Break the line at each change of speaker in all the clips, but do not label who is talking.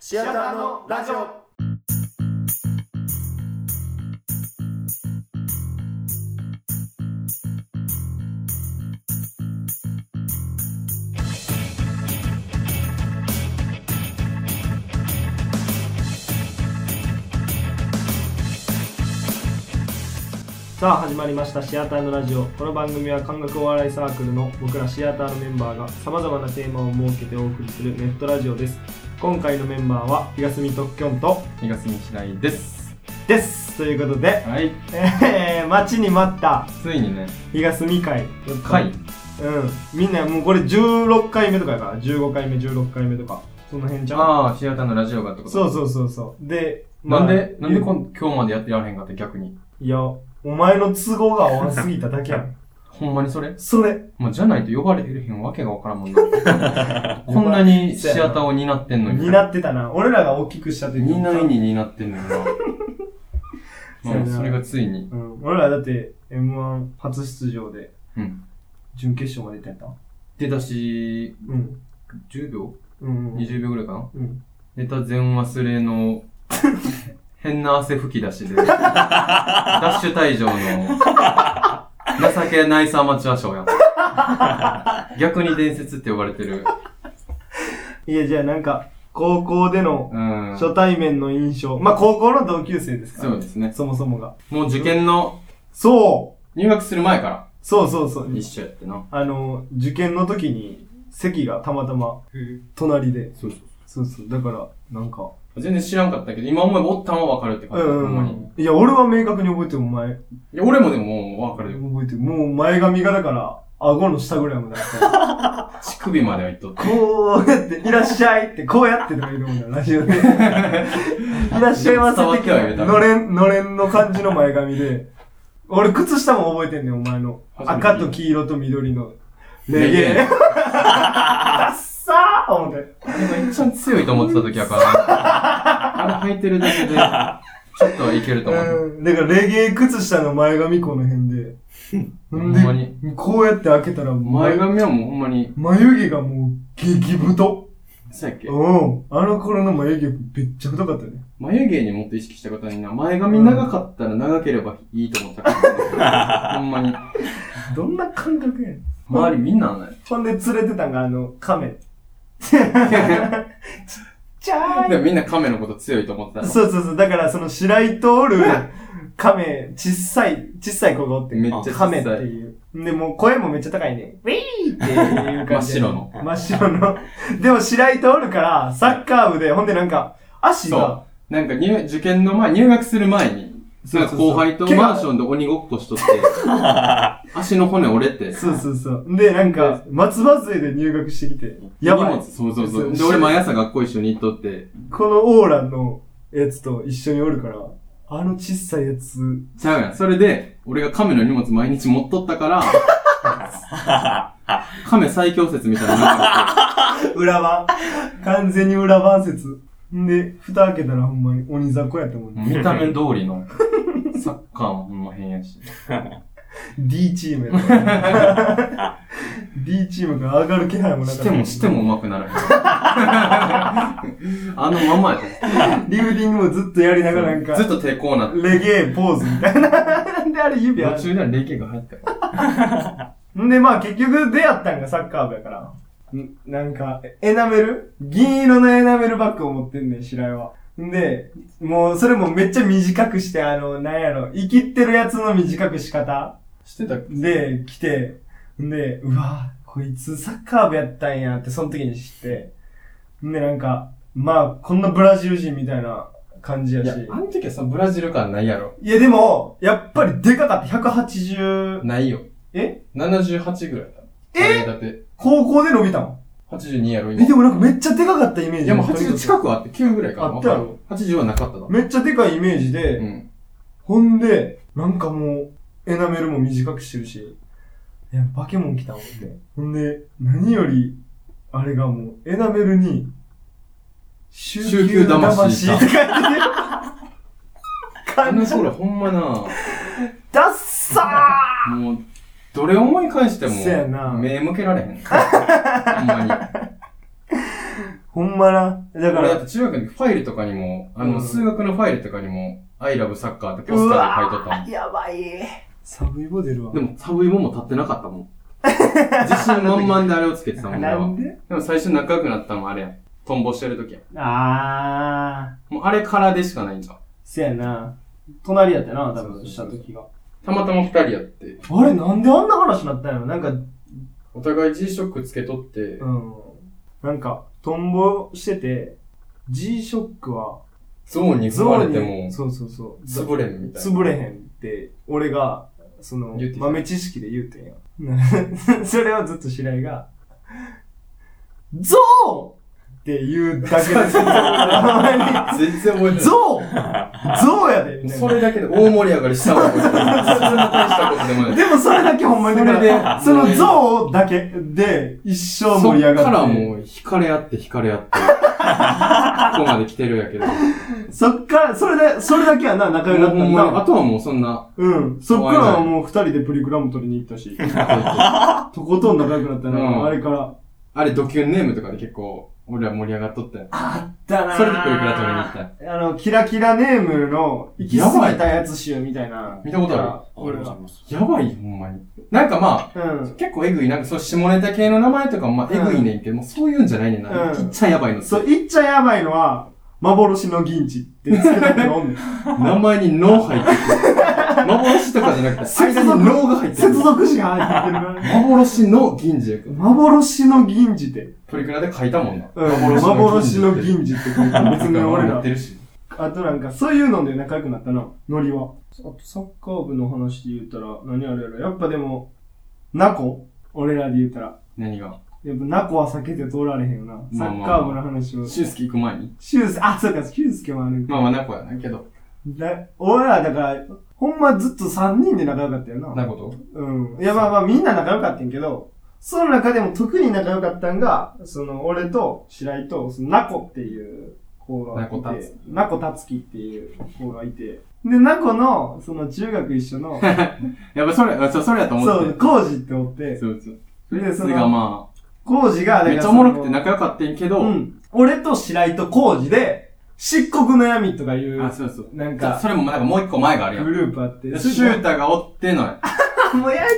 シアターのラジオさあ始まりましたシアターのラジオこの番組は感覚お笑いサークルの僕らシアターのメンバーがさまざまなテーマを設けてお送りするネットラジオです今回のメンバーは東見特許んと
東に平井です
ですということで、
はい
えー、待ちに待った
ついにね
東見会
回
うんみんなもうこれ16回目とかやから15回目16回目とかその辺じゃん
ああシアターのラジオがってこと
そう
う
そうそうそうで、
なん
まあ
で、なんでこん今日までやってられへんかって逆に
いやお前の都合が合わすぎただけやん
ほんまに それ
それ
もうじゃないと呼ばれへんわけがわからんもんな こんなにシアターを担ってんのに
担ってたな俺らが大きくした時
担いに担ってんのにな
そう
ま
や
あ
な
それがついに
うん、俺らだって m 1初出場で
うん
準決勝まで出たやんな
出たし
うん
10秒
うんうん
20秒ぐらいかな
うん
ネタ全忘れの 変な汗吹き出しでダッシュ退場の情けないさアマチュア賞やん逆に伝説って呼ばれてる
いやじゃあなんか高校での
うん
初対面の印象、まあ高校の同級生ですから
そうですね
そもそもが
もう受験の
そう
入学する前から
そうそうそう
一緒やってな
あの受験の時に席がたまたま隣で
そうそう
そうそうだからなんか
全然知らんかったけど今思えばおったんはわかるって感
う
じ、ほ
ん
ん
う
まに
んいや俺は明確に覚えてるお前
いや俺もでももうわかるよ
覚えてるもう前髪がだから顎の下ぐらいまであった
乳首まではいっとって
こうやって、いらっしゃいって、こうやってとか言うもんだよ、ラジオで。いらっしゃいませ的な、のれん、のれんの感じの前髪で。俺、靴下も覚えてんねん、お前の。赤と黄色と緑の。レゲエ。
レゲ
ダ
エ
ッサー思って。
今一番強いと思ってた時やからあれ履いてるだけでちょっとはいけると思う
うん。だから、レゲエ靴下の前髪この辺で。
ほんまに
でこうやって開けたら、
前髪はもうほんまに、
眉毛がもう、激太。
そうやっけ
うん。あの頃の眉毛、めっちゃ太かったね。
眉毛にもっと意識したことにな、前髪長かったら長ければいいと思ったから、 ほんまに。
どんな感覚やねん。
周りみんなあんな
ほんで連れてたんが、あの、亀。
や。
ちゃ
でもみんな亀のこと強いと思ってたの。
そうそうそう。だから、その、白井通る亀、ちっさい、ちっさい子がおって。
めっちゃ小さい
亀っていう。で、もう声もめっちゃ高いね。ウィーっていう感じ。
真っ白の。
真っ白の。でも、白井通るから、サッカー部で、ほんでなんか、足が
そ、う。なんか入、受験の前、入学する前に、
そう
な
そ
ん
う
か
そう
後輩とマンションで鬼ごっこしと って、足の骨折れて、
そうそうそう。で、なんか、松葉杖で入学してきて、やば
荷
い
物、。そうそう
そ
そうう。で、俺毎朝学校一緒に行っとって、
このオーラのやつと一緒におるから、あのちっさいやつ、
ちゃうやん。それで、俺が亀の荷物毎日持っとった から、亀最強説みたいなのなんかあって。
裏番。完全に裏番説。んで、蓋開けたらほんまに鬼雑魚やったもんね。
見た目通りの、サッカーもほんま変や し。
D チームやったもんね。D チームが上がる気配もなかっ
し
た。
てもしても上手くならへん。 あのままやで
リフティングもずっとやりながらなんか
ずっ、と抵抗なって。
レゲエポーズみたいな。 なんであれ指あ
途中
る
では霊気が入ったから。
んで、まあ結局出会ったんがサッカー部やから。んなんか、エナメル銀色のエナメルバッグを持ってんねん、白井は。んで、もうそれもめっちゃ短くして、あの、なんやろ、生きってるやつの短くし方
してたっけ
で、来て、で、うわこいつサッカー部やったんやって、その時に知って。んで、なんか、まあ、こんなブラジル人みたいな感じや
い
し。
や、あの時はさ、ブラジル感ないやろ。
いや、でも、やっぱりでかかった。180、
ないよ。
え
?78 ぐらいだ。
え
だって、
高校で伸びたの
82やろ、
え、
今。
でもなんかめっちゃでかかったイメージ。
いや、もう80近くはあって、9ぐらいかな。
あったやろ
わかる80はなかったな。
めっちゃでかいイメージで、
うん。
ほんで、なんかもう、エナメルも短くしてるし、いや、バケモン来たもんって。ほんで、何より、あれがもう、エナメルに、週
球魂
って書いてる。
あ
感
の
じ。
頃ほんまな、
ダッサ
もう、どれ思い返して
そやな
も、目向けられへん。ほんまに。
ーほんまな。だか
俺だっ
ら、
て中学の時ファイルとかにも、あの、
うん
数学のファイルとかにも、I love soccer ってポ
う
スター
わ
で書いとったもん。
やばい。サブイボ出るわ
で。も、サブイボも立ってなかったも ん。自信満々であれをつけてたもん俺
な
は
ん。で
でも最初仲良くなったのもあれや。トンボしてる時や。
あー、
もうあれからでしかないんじゃん。
せやな。隣やったな、多
そう
分、
そう
し
そ
た
う
時が。
たまたま二人やって、
あれ、なんであんな話になったんやろなんか、
お互い G-SHOCK つけとって、
うん。なんか、トンボしてて、G-SHOCK は、
ゾーンに踏まれても、
そうそうそう。
潰れんみたいな。
潰れへんって、俺が、その
言って、た
豆知識で言うてんやん。 それをずっと白井が、ゾウって言う だけです。
全然覚えてない。
ゾウゾウやでみたい
そ
な。
れだけで大盛り上がりした わ、こいつそんな大したことでもない。
でもそれだけほんまにだから
それで
そのゾウだけで一生盛り上がって。
そっからもう、惹かれ合って惹かれ合 って、ここまで来てるやけど。
そっから、それで、それだけはな、仲良くな
も
っ
う
た
ほん
ん
まに、あ
だ。
とはもうそんな、
うん。そっからはもう二人でプリクラも取りに行っ たし、
あ
とことん仲良くなった
う
な、
ん
あれから。
れドキュンネームとかで結構、俺ら盛り上がっとったよ。
だなぁ
それでプリクラ取りに行った。
あの、キラキラネームの、行き過ぎたやつ集みたいな。
見たことある
俺は。
やばいよ、ほんまに。なんかま
う
あ、
ん。
結構えぐい、なんかその下ネタ系の名前とかもまあえぐいねんけど、もうそういうんじゃないねん
う
な。
ん
ちっちゃいやばいの。
そう、言っちゃやばいのは、幻の銀地ってつけた 時おんねん。
名前に脳入 ってる。幻とかじゃなくて、間に脳が入って
接
る。
続詞が入ってる から。
幻の銀次やから
幻の銀地って。
プリクラで書いたもんな。
うん。幻の銀地って書いてる。別に俺
や
ら
っ。てるし。
あとなんか、そういうので仲良くなったな、ノリは。あとサッカー部の話で言ったら、何あれやろ。やっぱでも、ナコ俺らで言ったら。
何が
やっぱナコは避けて通られへんよな。サ
まあま
ッ
あ
カー部の話を。
シュースケ行く前に
シュース、あ、そうか、シュースケもあるんか。
まあまあ、なこやなけど。
だ俺ら、だから、ほんまずっと3人で仲良かったよな。
なこと
うん。いや、まあまあ、みんな仲良かったんやけど、その中でも特に仲良かったんが、その、俺と白井と、その、ナコっていう子がい
ナコタツ
て、ナコタツキっていう子がいて、で、ナコの、その、中学一緒 の、
やっぱそれ、あそうそれやと思
そ
っ
う、
て。
コウジって思って、
そうそう。
で、そ
それが
の、
ま
コウジが、
あ、
だから
めっちゃおもろくて
その
仲良かったんやけど、
うん。俺と白井とコウジで、漆黒の闇とかいう、
あ、そうそう。
なん
じゃあ
か、
それもなんかもう一個前があるや
グ
ん。
ループあって、
シュータがおってのや。
もうややこ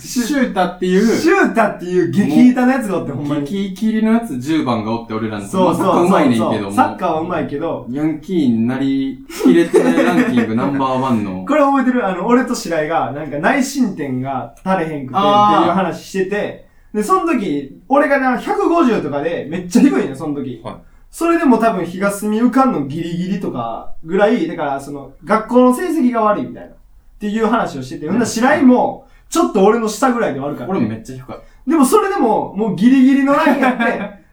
し
シ
いな。シュ
ュータってい
シ
う、
ュータっていう激イタのやつがおって、ほんまに。
激切りのやつ10番がおって俺らの。
そうそうそう。
まあサッカーうまいねんけども。
サッカーはうまいけど、
ヤンキーになりきれてないランキングナンバーワンの。
これ覚えてるあの、俺と白井が、なんか内申点が足れへんくてっていう
あー
話してて、で、その時、俺がな、150とかで、めっちゃ低いねん、その時。
はい
それでも多分日が住み浮かんのギリギリとかぐらい、だからその、学校の成績が悪いみたいな。っていう話をしてて、ほんなら白井も、ちょっと俺の下ぐらいで悪かった。
俺もめっちゃ低かった。
でもそれでも、もうギリギリのラインやっ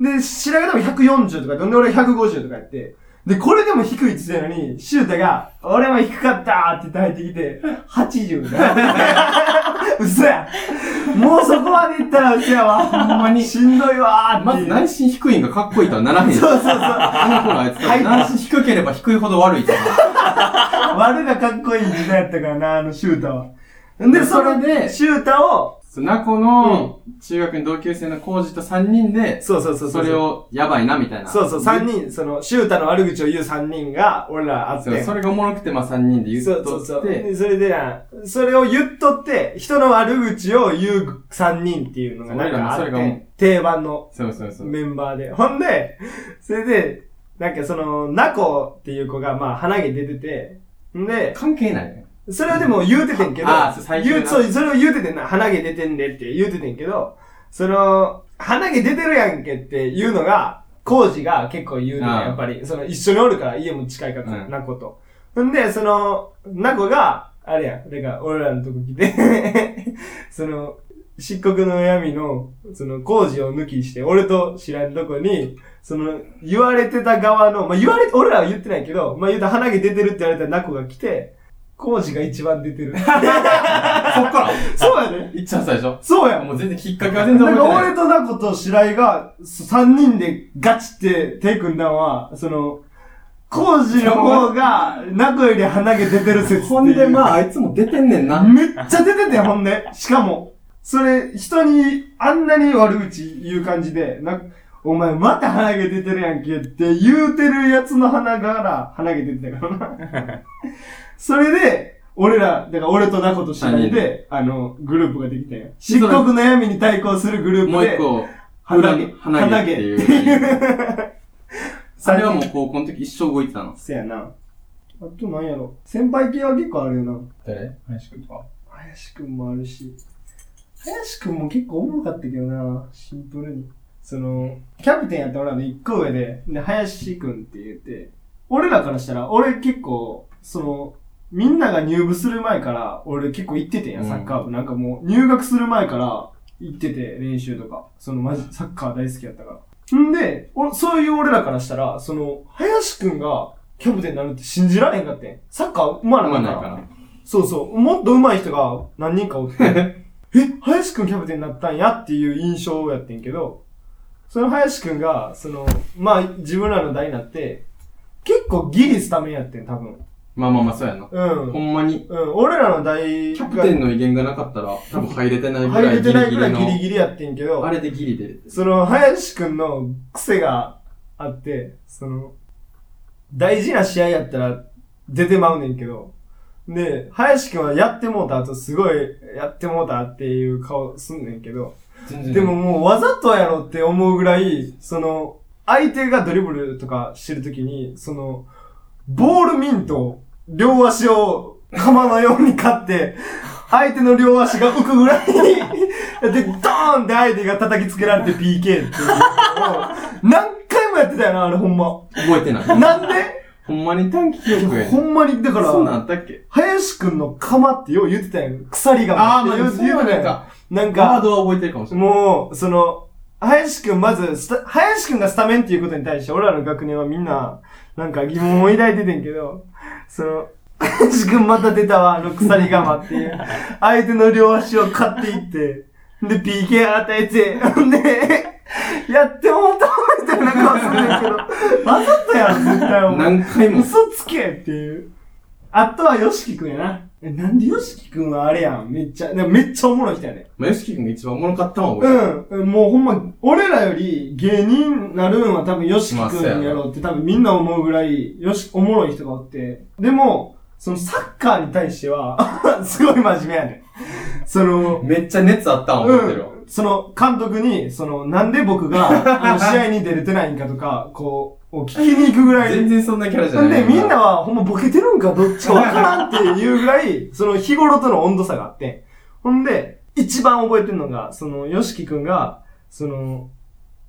て、 で、白髪でも140とかやって、で、俺が150とかやって、で、これでも低いって言ってたのに、シュータが、俺も低かったーって入ってきて、80だ。嘘や。もうそこまで行ったら嘘やわ。ほんまに。しんどいわーっ
ま
てい
ず
う。
内心低いんがかっこいいとはならへん。
そうそうそう。
あの頃あいつ、
はい
内心低ければ低いほど悪いと思う。
悪がかっこいい時代やったからな、あのシュータは。で、それ
それ
で、
で
シュータを、
そうナコの中学の同級生のコウジと3人で、
そうそうそう。
それ。をやばいなみたいな。
そうそう、3人、その、シュータの悪口を言う3人が、俺らあって。
そうそれがおもろくて、まあ3人で言っ
そ
と
うそうそ
っ
う。
て、
でそれでな、それを言っとって、人の悪口を言う3人っていうのがなんかあ
そ
っ
れがも
て、定番の
そうそうそう。
メンバーで。ほんで、それで、なんかその、ナコっていう子がまあ鼻毛出てて、んで、
関係ないね。
それはでも言うててんけど、
あそう最近な
言うそう、それを言うててんな、鼻毛出てんでって言うててんけど、その、鼻毛出てるやんけっていうのが、コウジが結構言うの
あ
よ
あ
やっぱり。その、一緒におるから、家も近いから、
うん
ナコと。ほんで、その、ナコが、あれやん、だから俺らのとこ来て、 その、漆黒の闇の、その、工事を抜きして、俺と知らんとこに、その、言われてた側の、まあ、言われ、俺らは言ってないけど、まあ、言うたら鼻毛出てるって言われたらナコが来て、工事が一番出 てる。
そっから
そうやね。
いっちゃ最初。
そうやん。
もう全然きっかけは全然
なん
覚え
か
てない。
俺とナコと白井が、3人でガチって手組んだんは、その、コウジの方が、ナコより鼻毛出てる説っていう。
ほんでまあ、あいつも出てんねんな。
めっちゃ出てて、ほんで。しかも、それ、人に、あんなに悪口言う感じで、な、お前また鼻毛出てるやんけって言うてるやつの鼻から鼻毛出てたからな。 それで、俺ら、だから俺とナコと知らいで、あの、グループができたんや。漆黒の闇に対抗するグループで。
もう一個、
鼻
裏
毛
に、鼻毛っていう。
そ
あれはもう高校の時一生動いてたの。
せやな。あとなんやろ。先輩系は結構あるよな。
誰林くんとか。
林くんもあるし。林くんも結構おもろかったけどな。シンプルに。その、キャプテンやった俺らの一個上で、で、林くんって言って、俺らからしたら、俺結構、その、みんなが入部する前から、俺結構行っててんや、
うん
サッカー部。なんかもう、入学する前から行ってて、練習とか。その、マジ、サッカー大好きやったから。んで、おそういう俺らからしたら、その、林くんがキャプテンになるって信じられへんかってん。サッカーうま
あ
な
ま
かっ
な
た
い
か
からら。。
そうそう。もっと上手い人が何人か おって、え、林くんキャプテンになったんやっていう印象やってんけど、その林くんが、その、まあ、自分らの代になって、結構ギリスタメンやってん、多分。
まあまあまあ、そうやな。
うん
ほ。んまに、
うん、俺らの代
キ
が
ャプテンの威厳がなかったら、多分入れてないぐら
入
い
れ
ギリ
てない
ギ
ぐら
リ
いギリ
の。
ギリやってんけど、
あれでギリで。
その、林くんの癖があって、その、大事な試合やったら出てまうねんけど、で、林くんはやってもうた後、すごい、やってもうたっていう顔すんねんけど、
全然
でも、もうわざとやろって思うぐらい、その、相手がドリブルとかしてるときに、その、ボールミント、両足を釜のように買って、相手の両足が浮くぐらいに、 で、ドーンって相手が叩きつけられて PK っていうのを、何回もやってたよな、あれほんま。
覚えてない。
なんで
ほんまに短期記憶やねん。
ほんまに、だか
そうなんあ
ら、
ったっけ
林くんの釜ってよう言ってたやん。鎖が。
あーまあ
よう言ってたやん
そうなんか。
なんか、
ガードは覚えてるかもしれない。
もう、その、林くん、まずスタ、林くんがスタメンっていうことに対して、俺らの学年はみんな、なんか疑問を抱いててんけど、その、林くんまた出たわ、あの鎖釜っていう。相手の両足を買っていって、で、PK 与えて、ほんで、やってもうたみたいな顔するんだけど、わざとやろ、絶対お前。
何回も。
嘘つけっていう。あとは、よしきくんやな。えなんでよしきくんはあれやん、めっちゃ、でもめっちゃおもろい人やね。
まあ、よしきくんが一番おもろかったのは覚えてる。
うん。もうほんま、俺らより芸人なるんは多分、よしきくんやろうって多分みんな思うぐらい、よし、おもろい人がおって。でも、そのサッカーに対しては、 すごい真面目やねん。その、
めっちゃ熱あったの
う
覚えてるわ。
ん。その、監督に、その、なんで僕が、あの、試合に出れてないんかとか、こう、を聞きに行くぐらい。
全然そんなキャラじゃ
な
なんい。
で、みんなは、ほんまボケてるんかどっちかわからんっていうぐらい、その日頃との温度差があって。ほんで、一番覚えてるのが、その、ヨシキくんが、その、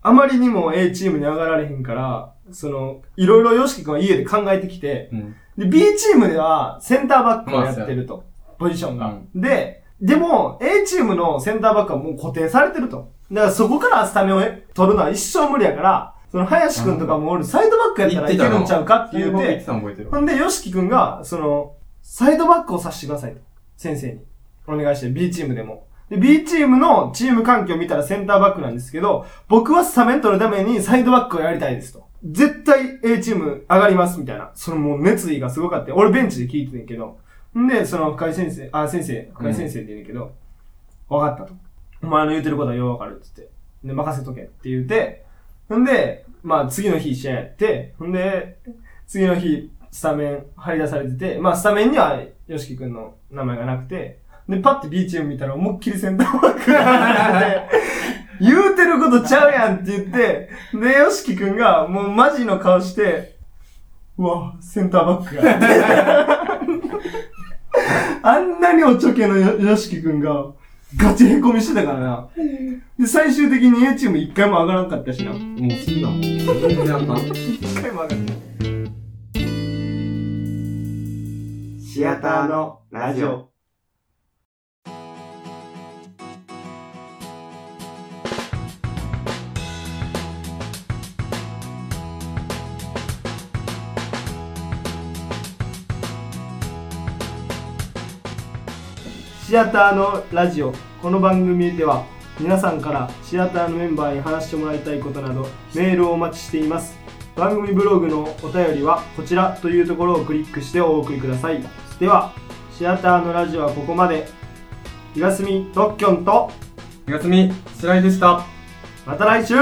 あまりにも A チームに上がられへんから、その、いろいろヨシキくんは家で考えてきて、
うん。
で、B チームではセンターバックをやってると。ポジションが。で、でも A チームのセンターバックはもう固定されてると。だからそこからスタメンを取るのは一生無理やから、その林くんとかも俺サイドバックやったらいけるんちゃうかって
言
言
う
う、
て。言ってたの覚えてるわ
ほんで、ヨシキくんが、その、サイドバックをさせてくださいと。先生に。お願いして、B チームでも。で、B チームのチーム環境を見たらセンターバックなんですけど、僕はスタメン取るためにサイドバックをやりたいですと。絶対 A チーム上がりますみたいな。そのもう熱意がすごかった。俺ベンチで聞いててんけど。んで、その深井先生、あ、先生、深井先生って言うんだけど、わ、かったと。お前の言うてることはようわかるって言って。で、任せとけって言うて、ほんで、まあ次の日試合やって、ほんで、次の日、スタメン張り出されてて、まあスタメンには、よしきくんの名前がなくて、で、パッて B チーム見たら思いっきりセンターバックが並んでて、言うてることちゃうやんって言って、で、よしきくんがもうマジの顔して、うわ、センターバックが。あんなにおちょけのよよしきくんが、ガチへこみしてたからな。で、最終的に A チーム一回も上がらんかったしな。一
もう好きだもん。全然あかん。
回も上がらん
シアターのラジオ。
シアターのラジオこの番組では皆さんからシアターのメンバーに話してもらいたいことなどメールをお待ちしています番組ブログのお便りはこちらというところをクリックしてお送りくださいではシアターのラジオはここまで東みロッキョンと
東み、白井でした。
また来週